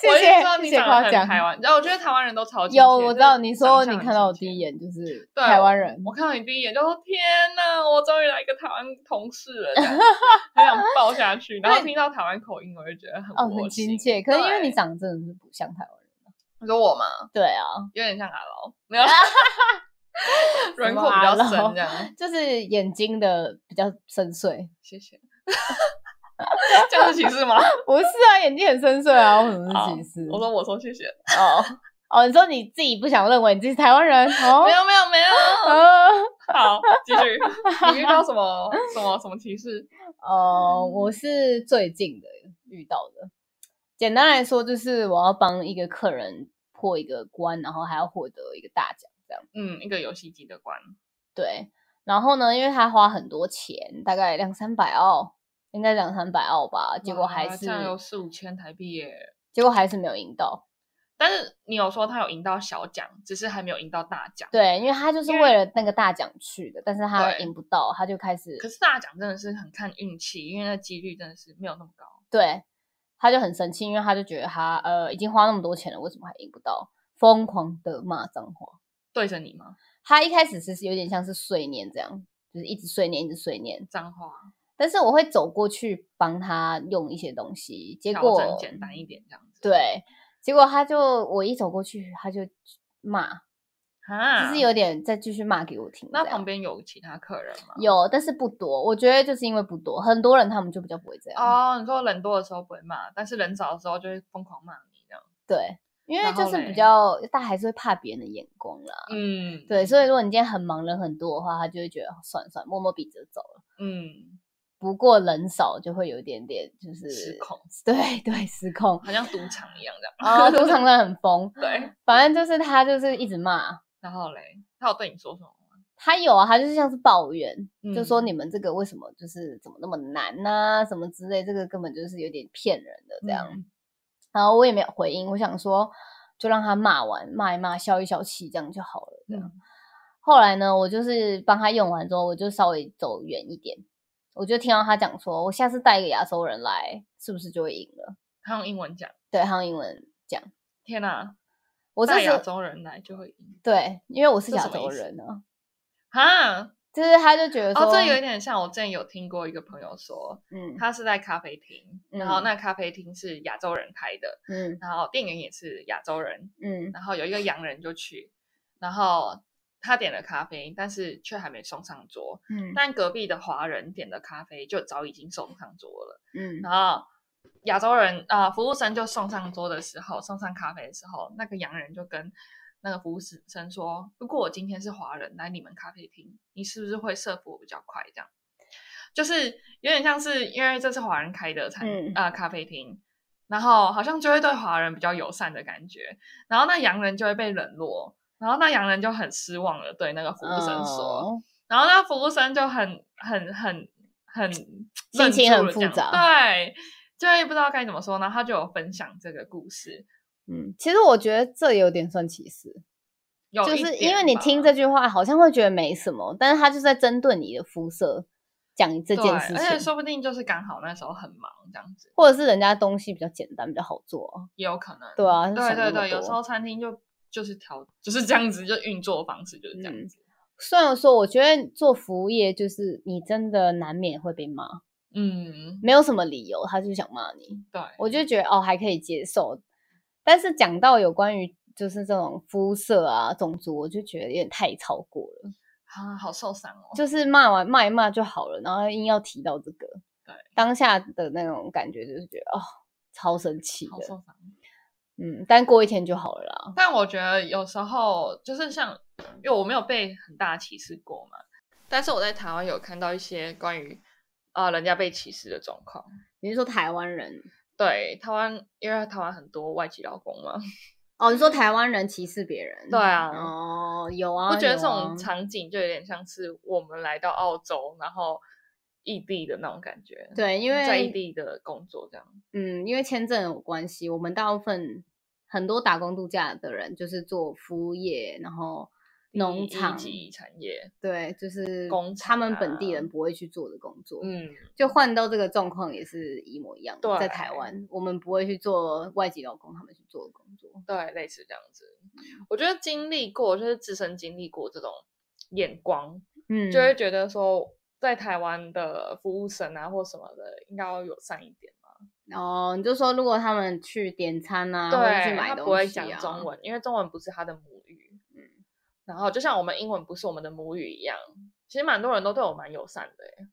Speaker 2: 谢
Speaker 1: 我
Speaker 2: 谢
Speaker 1: 就说
Speaker 2: 谢
Speaker 1: 你
Speaker 2: 谢
Speaker 1: 长得
Speaker 2: 夸
Speaker 1: 很
Speaker 2: 奖。
Speaker 1: 台湾，然后我觉得台湾人都超亲切
Speaker 2: 有我知道，你说你看到我第
Speaker 1: 一。
Speaker 2: 一眼就是
Speaker 1: 对啊
Speaker 2: 台湾人，
Speaker 1: 我看到你第一眼就说：“天呐，我终于来一个台湾同事了！”这样 很想抱下去。然后听到台湾口音，我就觉得很
Speaker 2: 哦，
Speaker 1: 窝
Speaker 2: 很
Speaker 1: 心
Speaker 2: 亲切。可是因为
Speaker 1: 对
Speaker 2: 你长得真的是不像台湾人，
Speaker 1: 你说我嘛，
Speaker 2: 对啊，
Speaker 1: 有点像阿劳， 没有，轮廓比
Speaker 2: 什么阿
Speaker 1: 较
Speaker 2: 劳
Speaker 1: 深这样。
Speaker 2: 就是眼睛的比较 深邃。
Speaker 1: 谢谢。这样是歧视 吗？
Speaker 2: 不是啊，眼睛很深邃啊，我什么是歧视？
Speaker 1: 我说我说谢谢，
Speaker 2: 哦哦，你说你自己不想认为你自己是台湾人哦
Speaker 1: 没？有没有没有。
Speaker 2: 呃
Speaker 1: 好，继续。你遇到什么什么什么歧视？
Speaker 2: 哦，
Speaker 1: 嗯
Speaker 2: 我是最近的遇到的。简单来说，就是我要帮一个客人破一个关，然后还要获得一个大奖，这样
Speaker 1: 嗯，一个游戏机的关，
Speaker 2: 对。然后呢，因为他花很多钱，大概两三百澳，应该两三百澳吧，结果
Speaker 1: 哇
Speaker 2: 还
Speaker 1: 这
Speaker 2: 是
Speaker 1: 样有四五千台币耶。
Speaker 2: 结果还是没有赢到。
Speaker 1: 但是你有说他有赢到小奖，只是还没有赢到大奖。
Speaker 2: 对，因为他就是
Speaker 1: 因为
Speaker 2: 为了那个大奖去的，但是他
Speaker 1: 对
Speaker 2: 赢不到，他就开始
Speaker 1: 可是大奖真的是很看运气，因为那几率真的是没有那么高。
Speaker 2: 对，他就很生气，因为他就觉得他呃已经花那么多钱了，为什么还赢不到？疯狂的骂脏话。
Speaker 1: 对着你吗？
Speaker 2: 他一开始是有点像是碎念这样，就是一直碎念，一直碎念。
Speaker 1: 脏话，
Speaker 2: 但是我会走过去帮他用一些东西，结
Speaker 1: 调
Speaker 2: 果
Speaker 1: 整简单一点这样子。
Speaker 2: 对，结果他就我一走过去，他就骂，
Speaker 1: 啊，
Speaker 2: 就是有点再继续骂给我听这
Speaker 1: 那
Speaker 2: 样。
Speaker 1: 旁边有其他客人吗？
Speaker 2: 有，但是不多。我觉得就是因为不多，很多人他们就比较不会这样。
Speaker 1: 哦，你说人多的时候不会骂，但是人少的时候就会疯狂骂你这样。
Speaker 2: 对，因为
Speaker 1: 然
Speaker 2: 就
Speaker 1: 后
Speaker 2: 是
Speaker 1: 嘞
Speaker 2: 比较大家还是会怕别人的眼光啦。
Speaker 1: 嗯，
Speaker 2: 对，所以如果你今天很忙人很多的话，他就会觉得哦算了算了，摸摸鼻子就走了。
Speaker 1: 嗯，
Speaker 2: 不过人少就会有一点点就是
Speaker 1: 失，控，
Speaker 2: 对对，失控
Speaker 1: 好像赌场一样这样。
Speaker 2: 啊，赌场真的很疯。
Speaker 1: 对，
Speaker 2: 反正就是他就是一直骂，
Speaker 1: 然后嘞，他有对你说什么吗？
Speaker 2: 他有啊，他就是像是抱怨，就说
Speaker 1: 嗯
Speaker 2: 你们这个为什么就是怎么那么难呐、什么之类，这个根本就是有点骗人的这样。
Speaker 1: 嗯
Speaker 2: 然后我也没有回应，我想说就让他骂完，骂一骂，消一消气，这样就好了。这样。
Speaker 1: 嗯
Speaker 2: 后来呢，我就是帮他用完之后，我就稍微走远一点，我就听到他讲说，我下次带一个亚洲人来，是不是就会赢了？
Speaker 1: 他用英文讲，
Speaker 2: 对，他用英文讲，
Speaker 1: 天哪，
Speaker 2: 我这
Speaker 1: 带亚
Speaker 2: 是
Speaker 1: 洲人来就会赢
Speaker 2: 对，因为我是
Speaker 1: 这
Speaker 2: 亚
Speaker 1: 什么
Speaker 2: 洲
Speaker 1: 意思
Speaker 2: 人啊，
Speaker 1: 哈。
Speaker 2: 就是他就觉得说，
Speaker 1: 哦，这有一点像我之前有听过一个朋友说，
Speaker 2: 嗯
Speaker 1: 他是在咖啡厅，然后
Speaker 2: 嗯
Speaker 1: 那咖啡厅是亚洲人开的，
Speaker 2: 嗯
Speaker 1: 然后店员也是亚洲人，
Speaker 2: 嗯，
Speaker 1: 然后有一个洋人就去，然后他点了咖啡，但是却还没送上桌，
Speaker 2: 嗯
Speaker 1: 但隔壁的华人点的咖啡就早已经送上桌了，
Speaker 2: 嗯
Speaker 1: 然后。亚洲人啊、呃服务生就送上桌的时候，送上咖啡的时候，那个洋人就跟那个服务生说：“如果我今天是华人来你们咖啡厅，你是不是会设服我比较快？”这样就是有点像是因为这是华人开的餐啊、
Speaker 2: 嗯
Speaker 1: 呃咖啡厅，然后好像就会对华人比较友善的感觉，然后那洋人就会被冷落，然后那洋人就很失望了，对那个服务生说。
Speaker 2: 哦
Speaker 1: 然后那服务生就很很很很
Speaker 2: 心情很
Speaker 1: 愣住了
Speaker 2: 复
Speaker 1: 这样
Speaker 2: 杂
Speaker 1: 对，就也不知道该怎么说。然后他就有分享这个故事，
Speaker 2: 嗯，其实我觉得这有点算歧视，
Speaker 1: 有
Speaker 2: 就
Speaker 1: 一
Speaker 2: 是因
Speaker 1: 点
Speaker 2: 为你
Speaker 1: 吧
Speaker 2: 听这句话好像会觉得没什么，但是他就是在针对你的肤色讲这
Speaker 1: 对，
Speaker 2: 件事
Speaker 1: 而且
Speaker 2: 情，
Speaker 1: 说不定就是刚好那时候很忙这样子，
Speaker 2: 或者是人家东西比较简单，比较好做啊、
Speaker 1: 也有可能。
Speaker 2: 对啊，
Speaker 1: 对
Speaker 2: 想那
Speaker 1: 对
Speaker 2: 么
Speaker 1: 对，有时
Speaker 2: 多
Speaker 1: 候餐厅就就是调就是这样子，就运作方式就是这样
Speaker 2: 嗯
Speaker 1: 子。
Speaker 2: 虽然说，我觉得做服务业就是你真的难免会被骂，
Speaker 1: 嗯，
Speaker 2: 没有什么理由，他就想骂你，
Speaker 1: 对，
Speaker 2: 我就觉得哦还可以接受。但是讲到有关于就是这种肤色啊、种族，我就觉得有点太超过了。
Speaker 1: 啊，好受伤哦。
Speaker 2: 就是骂完骂一骂就好了，然后硬要提到这个，
Speaker 1: 对，
Speaker 2: 当下的那种感觉就是觉得哦，超生气
Speaker 1: 好受
Speaker 2: 的，
Speaker 1: 伤。
Speaker 2: 嗯，但过一天就好了啦。
Speaker 1: 但我觉得有时候就是像，因为我没有被很大的歧视过嘛，但是我在台湾有看到一些关于啊、呃人家被歧视的状况。
Speaker 2: 你是说台湾人？
Speaker 1: 对，台湾因为台湾很多外籍劳工嘛，
Speaker 2: 哦，你说台湾人歧视别人？
Speaker 1: 对啊
Speaker 2: 哦，有啊，
Speaker 1: 我觉得
Speaker 2: 有
Speaker 1: 这种
Speaker 2: 啊
Speaker 1: 场景就有点像是我们来到澳洲，然后异地的那种感觉。，
Speaker 2: 对，因
Speaker 1: 在异
Speaker 2: 为
Speaker 1: 地的工作这样。
Speaker 2: 嗯，因为签证有关系，我们大部分很多打工度假的人就是做服务业，然后农
Speaker 1: 一
Speaker 2: 场，
Speaker 1: 级产业，
Speaker 2: 对，就是
Speaker 1: 工
Speaker 2: 他
Speaker 1: 厂
Speaker 2: 们本地
Speaker 1: 啊
Speaker 2: 人不会去做的工作。
Speaker 1: 嗯，
Speaker 2: 就换到这个状况也是一模一样的。在台
Speaker 1: 对
Speaker 2: 湾，我们不会去做外籍劳工他们去做的工作。
Speaker 1: 对，类似这样子。我觉得经历过，就是自身经历过这种眼光，
Speaker 2: 嗯，
Speaker 1: 就会觉得说，在台湾的服务生啊或什么的，应该要友善一点嘛。
Speaker 2: 哦，你就说如果他们去点餐啊，或者
Speaker 1: 对，
Speaker 2: 去买
Speaker 1: 他
Speaker 2: 东西、啊，
Speaker 1: 不会讲中，文，因为中文不是他的母语。嗯，然后就像我们英文不是我们的母语一样，其实蛮多人都对我蛮友善的欸。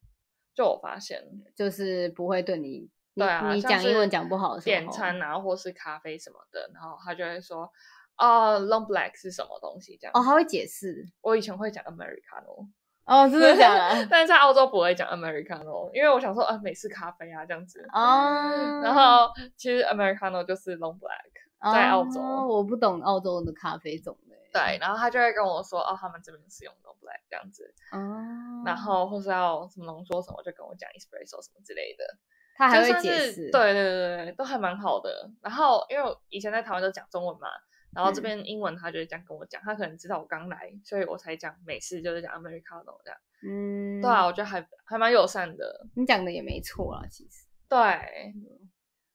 Speaker 1: 就我发现，
Speaker 2: 就是不会对你，嗯你
Speaker 1: 对啊，
Speaker 2: 你
Speaker 1: 像
Speaker 2: 讲英文
Speaker 1: 是
Speaker 2: 讲不好的时候，
Speaker 1: 点餐啊或是咖啡什么的，然后他就会说，哦、l o n g black 是什么东西这样。
Speaker 2: 哦，他会解 释。
Speaker 1: 我以前会讲 Americano，
Speaker 2: 哦，真的假的？
Speaker 1: 但是在澳洲不会讲 Americano，因为我想说，呃，美式咖啡啊这样子。
Speaker 2: 哦，
Speaker 1: 然后其实 Americano 就是 long black，在澳洲
Speaker 2: 哦我不懂澳洲的欸咖啡种类。
Speaker 1: 对，，然后他就会跟我说，哦，他们这边是用 long black 这样子，
Speaker 2: 哦，
Speaker 1: 然后或是要什么浓缩什么，就跟我讲 espresso 什么之类的，
Speaker 2: 他还
Speaker 1: 就
Speaker 2: 会
Speaker 1: 算
Speaker 2: 解
Speaker 1: 是
Speaker 2: 释，
Speaker 1: 对对对对，都还蛮好的。然后因为我以前在台湾都讲中文嘛，然后这
Speaker 2: 嗯
Speaker 1: 边英文他就会这样跟我讲，他可能知道我刚来，所以我才讲美式就是讲 Americano 这样。
Speaker 2: 嗯，
Speaker 1: 对啊，我觉得还还蛮友善的。
Speaker 2: 你讲的也没错啦，其实。
Speaker 1: 对。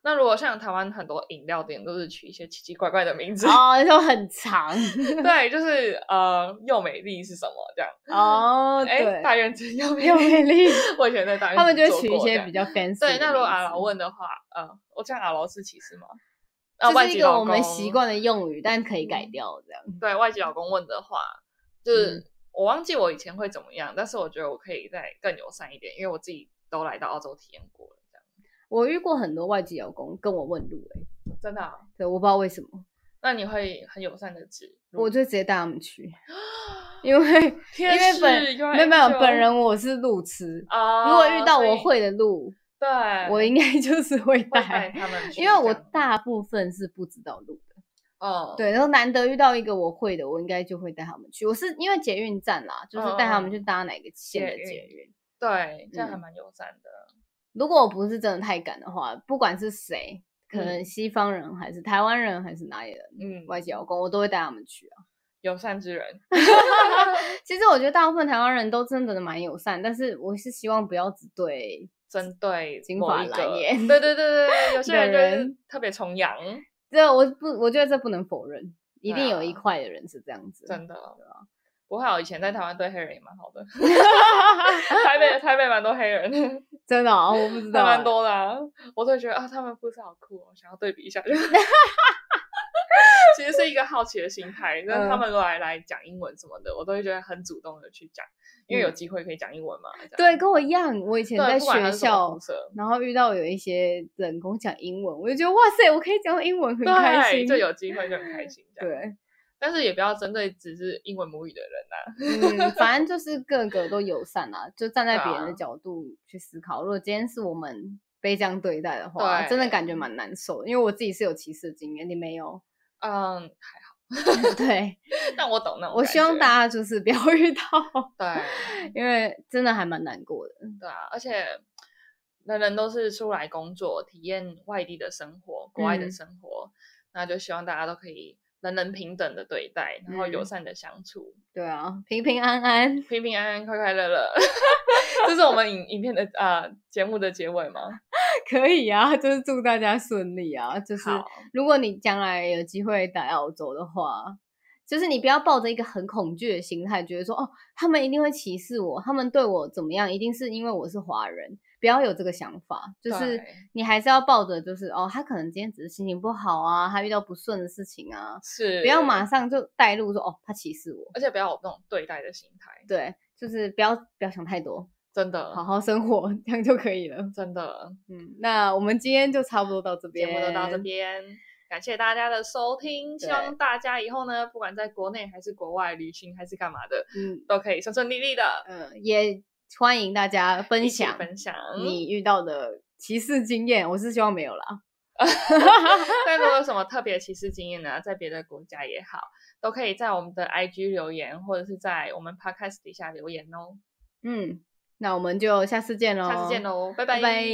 Speaker 1: 那如果像台湾很多饮料店都是取一些奇奇怪怪的名字，
Speaker 2: 哦，就很长
Speaker 1: 对，就是呃，又美丽是什么这样？
Speaker 2: 哦，
Speaker 1: 哎，
Speaker 2: 对，
Speaker 1: 大院子 又美
Speaker 2: 又美
Speaker 1: 丽，
Speaker 2: 丽，
Speaker 1: 我以前在大院
Speaker 2: 他们
Speaker 1: 子
Speaker 2: 就
Speaker 1: 做
Speaker 2: 会取一
Speaker 1: 过这
Speaker 2: 些
Speaker 1: 样
Speaker 2: 比较 fancy。
Speaker 1: 对。那如果阿劳，问的话，呃，我这样阿劳是歧视吗？呃，
Speaker 2: 这
Speaker 1: 外
Speaker 2: 是
Speaker 1: 籍
Speaker 2: 一个
Speaker 1: 老
Speaker 2: 我们
Speaker 1: 公
Speaker 2: 习惯的用语，但可以改掉这样。
Speaker 1: 对外籍老公问的话，
Speaker 2: 嗯
Speaker 1: 就是、我忘记我以前会怎么样，但是我觉得我可以再更友善一点，因为我自己都来到澳洲体验过了，这样
Speaker 2: 我遇过很多外籍老公跟我问路、欸，
Speaker 1: 真的啊、
Speaker 2: 对，我不知道为什么，
Speaker 1: 那你会很友善的指路，
Speaker 2: 我就直接带他们去，因为 因
Speaker 1: 天
Speaker 2: 为
Speaker 1: 使
Speaker 2: 本
Speaker 1: your
Speaker 2: 没有没有
Speaker 1: angel
Speaker 2: 本人我是路痴，
Speaker 1: 啊，
Speaker 2: 如果遇到
Speaker 1: 所
Speaker 2: 我
Speaker 1: 以
Speaker 2: 会的路，
Speaker 1: 对，
Speaker 2: 我应该就是会
Speaker 1: 会带
Speaker 2: 带，
Speaker 1: 他们去这
Speaker 2: 因
Speaker 1: 样，
Speaker 2: 为我大部分是不知道路的。
Speaker 1: 哦，
Speaker 2: 对，然后难得遇到一个我会的，我应该就会带他们去。我是因为捷运站啦，就是带他
Speaker 1: 嗯
Speaker 2: 们
Speaker 1: 嗯
Speaker 2: 去搭哪个线的
Speaker 1: 捷
Speaker 2: 捷
Speaker 1: 运
Speaker 2: 运。
Speaker 1: 对，这样还
Speaker 2: 嗯
Speaker 1: 蛮友善的。
Speaker 2: 如果我不是真的太赶的话，不管是谁，可能
Speaker 1: 嗯
Speaker 2: 西方人还是台湾人还是哪里人，
Speaker 1: 嗯，
Speaker 2: 外籍劳工，我都会带他们去啊。
Speaker 1: 友善之 人，
Speaker 2: 其实我觉得大部分台湾人都真的蛮友善，但是我是希望不要只对，
Speaker 1: 针对
Speaker 2: 金
Speaker 1: 某
Speaker 2: 发
Speaker 1: 一
Speaker 2: 蓝
Speaker 1: 个
Speaker 2: 眼
Speaker 1: 对对对对， 有些
Speaker 2: 的
Speaker 1: 人就是
Speaker 2: 人
Speaker 1: 特别崇洋，
Speaker 2: 这我不，我觉得这不能否认，一
Speaker 1: 对
Speaker 2: 定有一
Speaker 1: 啊
Speaker 2: 块的人是这样子。
Speaker 1: 真的。
Speaker 2: 啊
Speaker 1: 不啊过我以前在台湾对黑人也蛮 好的，台北台北蛮多黑人，
Speaker 2: 真的啊，我不知
Speaker 1: 还
Speaker 2: 道欸、
Speaker 1: 蛮多的、啊。我都会觉得啊，他们肤色好酷哦，想要对比一下。 其实是一个好奇的心态，但是他
Speaker 2: 嗯
Speaker 1: 们来来讲英文什么的，我都会觉得很主动的去讲，因为有
Speaker 2: 嗯
Speaker 1: 机会可以讲英文嘛。这样
Speaker 2: 对，跟我一样，我以前
Speaker 1: 对，
Speaker 2: 在
Speaker 1: 不管他
Speaker 2: 学
Speaker 1: 是什么
Speaker 2: 校
Speaker 1: 肤，色，
Speaker 2: 然后遇到有一些人跟我讲英文，我就觉得哇塞，我可以讲英文，很
Speaker 1: 对，
Speaker 2: 开心。
Speaker 1: 就有机会就很开心。这样，
Speaker 2: 对，
Speaker 1: 但是也不要针对只是英文母语的人呐、
Speaker 2: 嗯，反正就是各个都友善啦，就站在
Speaker 1: 对
Speaker 2: 别人的
Speaker 1: 啊
Speaker 2: 角度去思考。如果今天是我们被这样对待的话，真的感觉蛮难受的。因为我自己是有歧视的经验，你没有？
Speaker 1: 嗯，
Speaker 2: 对，
Speaker 1: 但我懂那种感觉。
Speaker 2: 我希望大家就是不要 遇到，
Speaker 1: 对
Speaker 2: 因为真的还蛮难过的。
Speaker 1: 对啊，而且人人都是出来工作，体验外地的生活、国外的
Speaker 2: 嗯
Speaker 1: 生活，那就希望大家都可以人人平等的对待，然后友
Speaker 2: 嗯
Speaker 1: 善的相处，
Speaker 2: 对啊，平平安安。
Speaker 1: 平平安安、快快乐 乐。这是我们影影片的啊、节目的结尾吗？
Speaker 2: 可以啊， 就是祝大家顺利啊！就是
Speaker 1: 好
Speaker 2: 如果你将来有机会来澳洲的话，就是你不要抱着一个很恐惧的心态，觉得说哦，他们一定会歧视我，他们对我怎么样，一定是因为我是华人。不要有这个想法，就是
Speaker 1: 对
Speaker 2: 你还是要抱着就是哦，他可能今天只是心情不好啊，他遇到不顺的事情啊，
Speaker 1: 是
Speaker 2: 不要马，上就带入说哦，他歧视我，
Speaker 1: 而且不要有那种对待的心态，
Speaker 2: 对，就是不要不要想太多，
Speaker 1: 真的，
Speaker 2: 好好生活， 这样就可以了。
Speaker 1: 真的，
Speaker 2: 嗯，那我们今天就差不多到这
Speaker 1: 节
Speaker 2: 边，
Speaker 1: 目就到这。边。感谢大家的收听，希望大家以后呢，不管在国内还是国外旅行还是干嘛的，
Speaker 2: 嗯
Speaker 1: 都可以顺顺利利的
Speaker 2: 嗯、呃也欢迎大家分
Speaker 1: 一起
Speaker 2: 享
Speaker 1: 分嗯享。
Speaker 2: 你遇到的歧视经验，我是希望没有啦。
Speaker 1: 但如果有什么特别歧视经验呢，在别的国家也好，都可以在我们的 IG 留言，或者是在我们 Podcast 底下留言哦。
Speaker 2: 嗯，那我们就下次见喽，
Speaker 1: 下次见喽，拜
Speaker 2: 拜拜。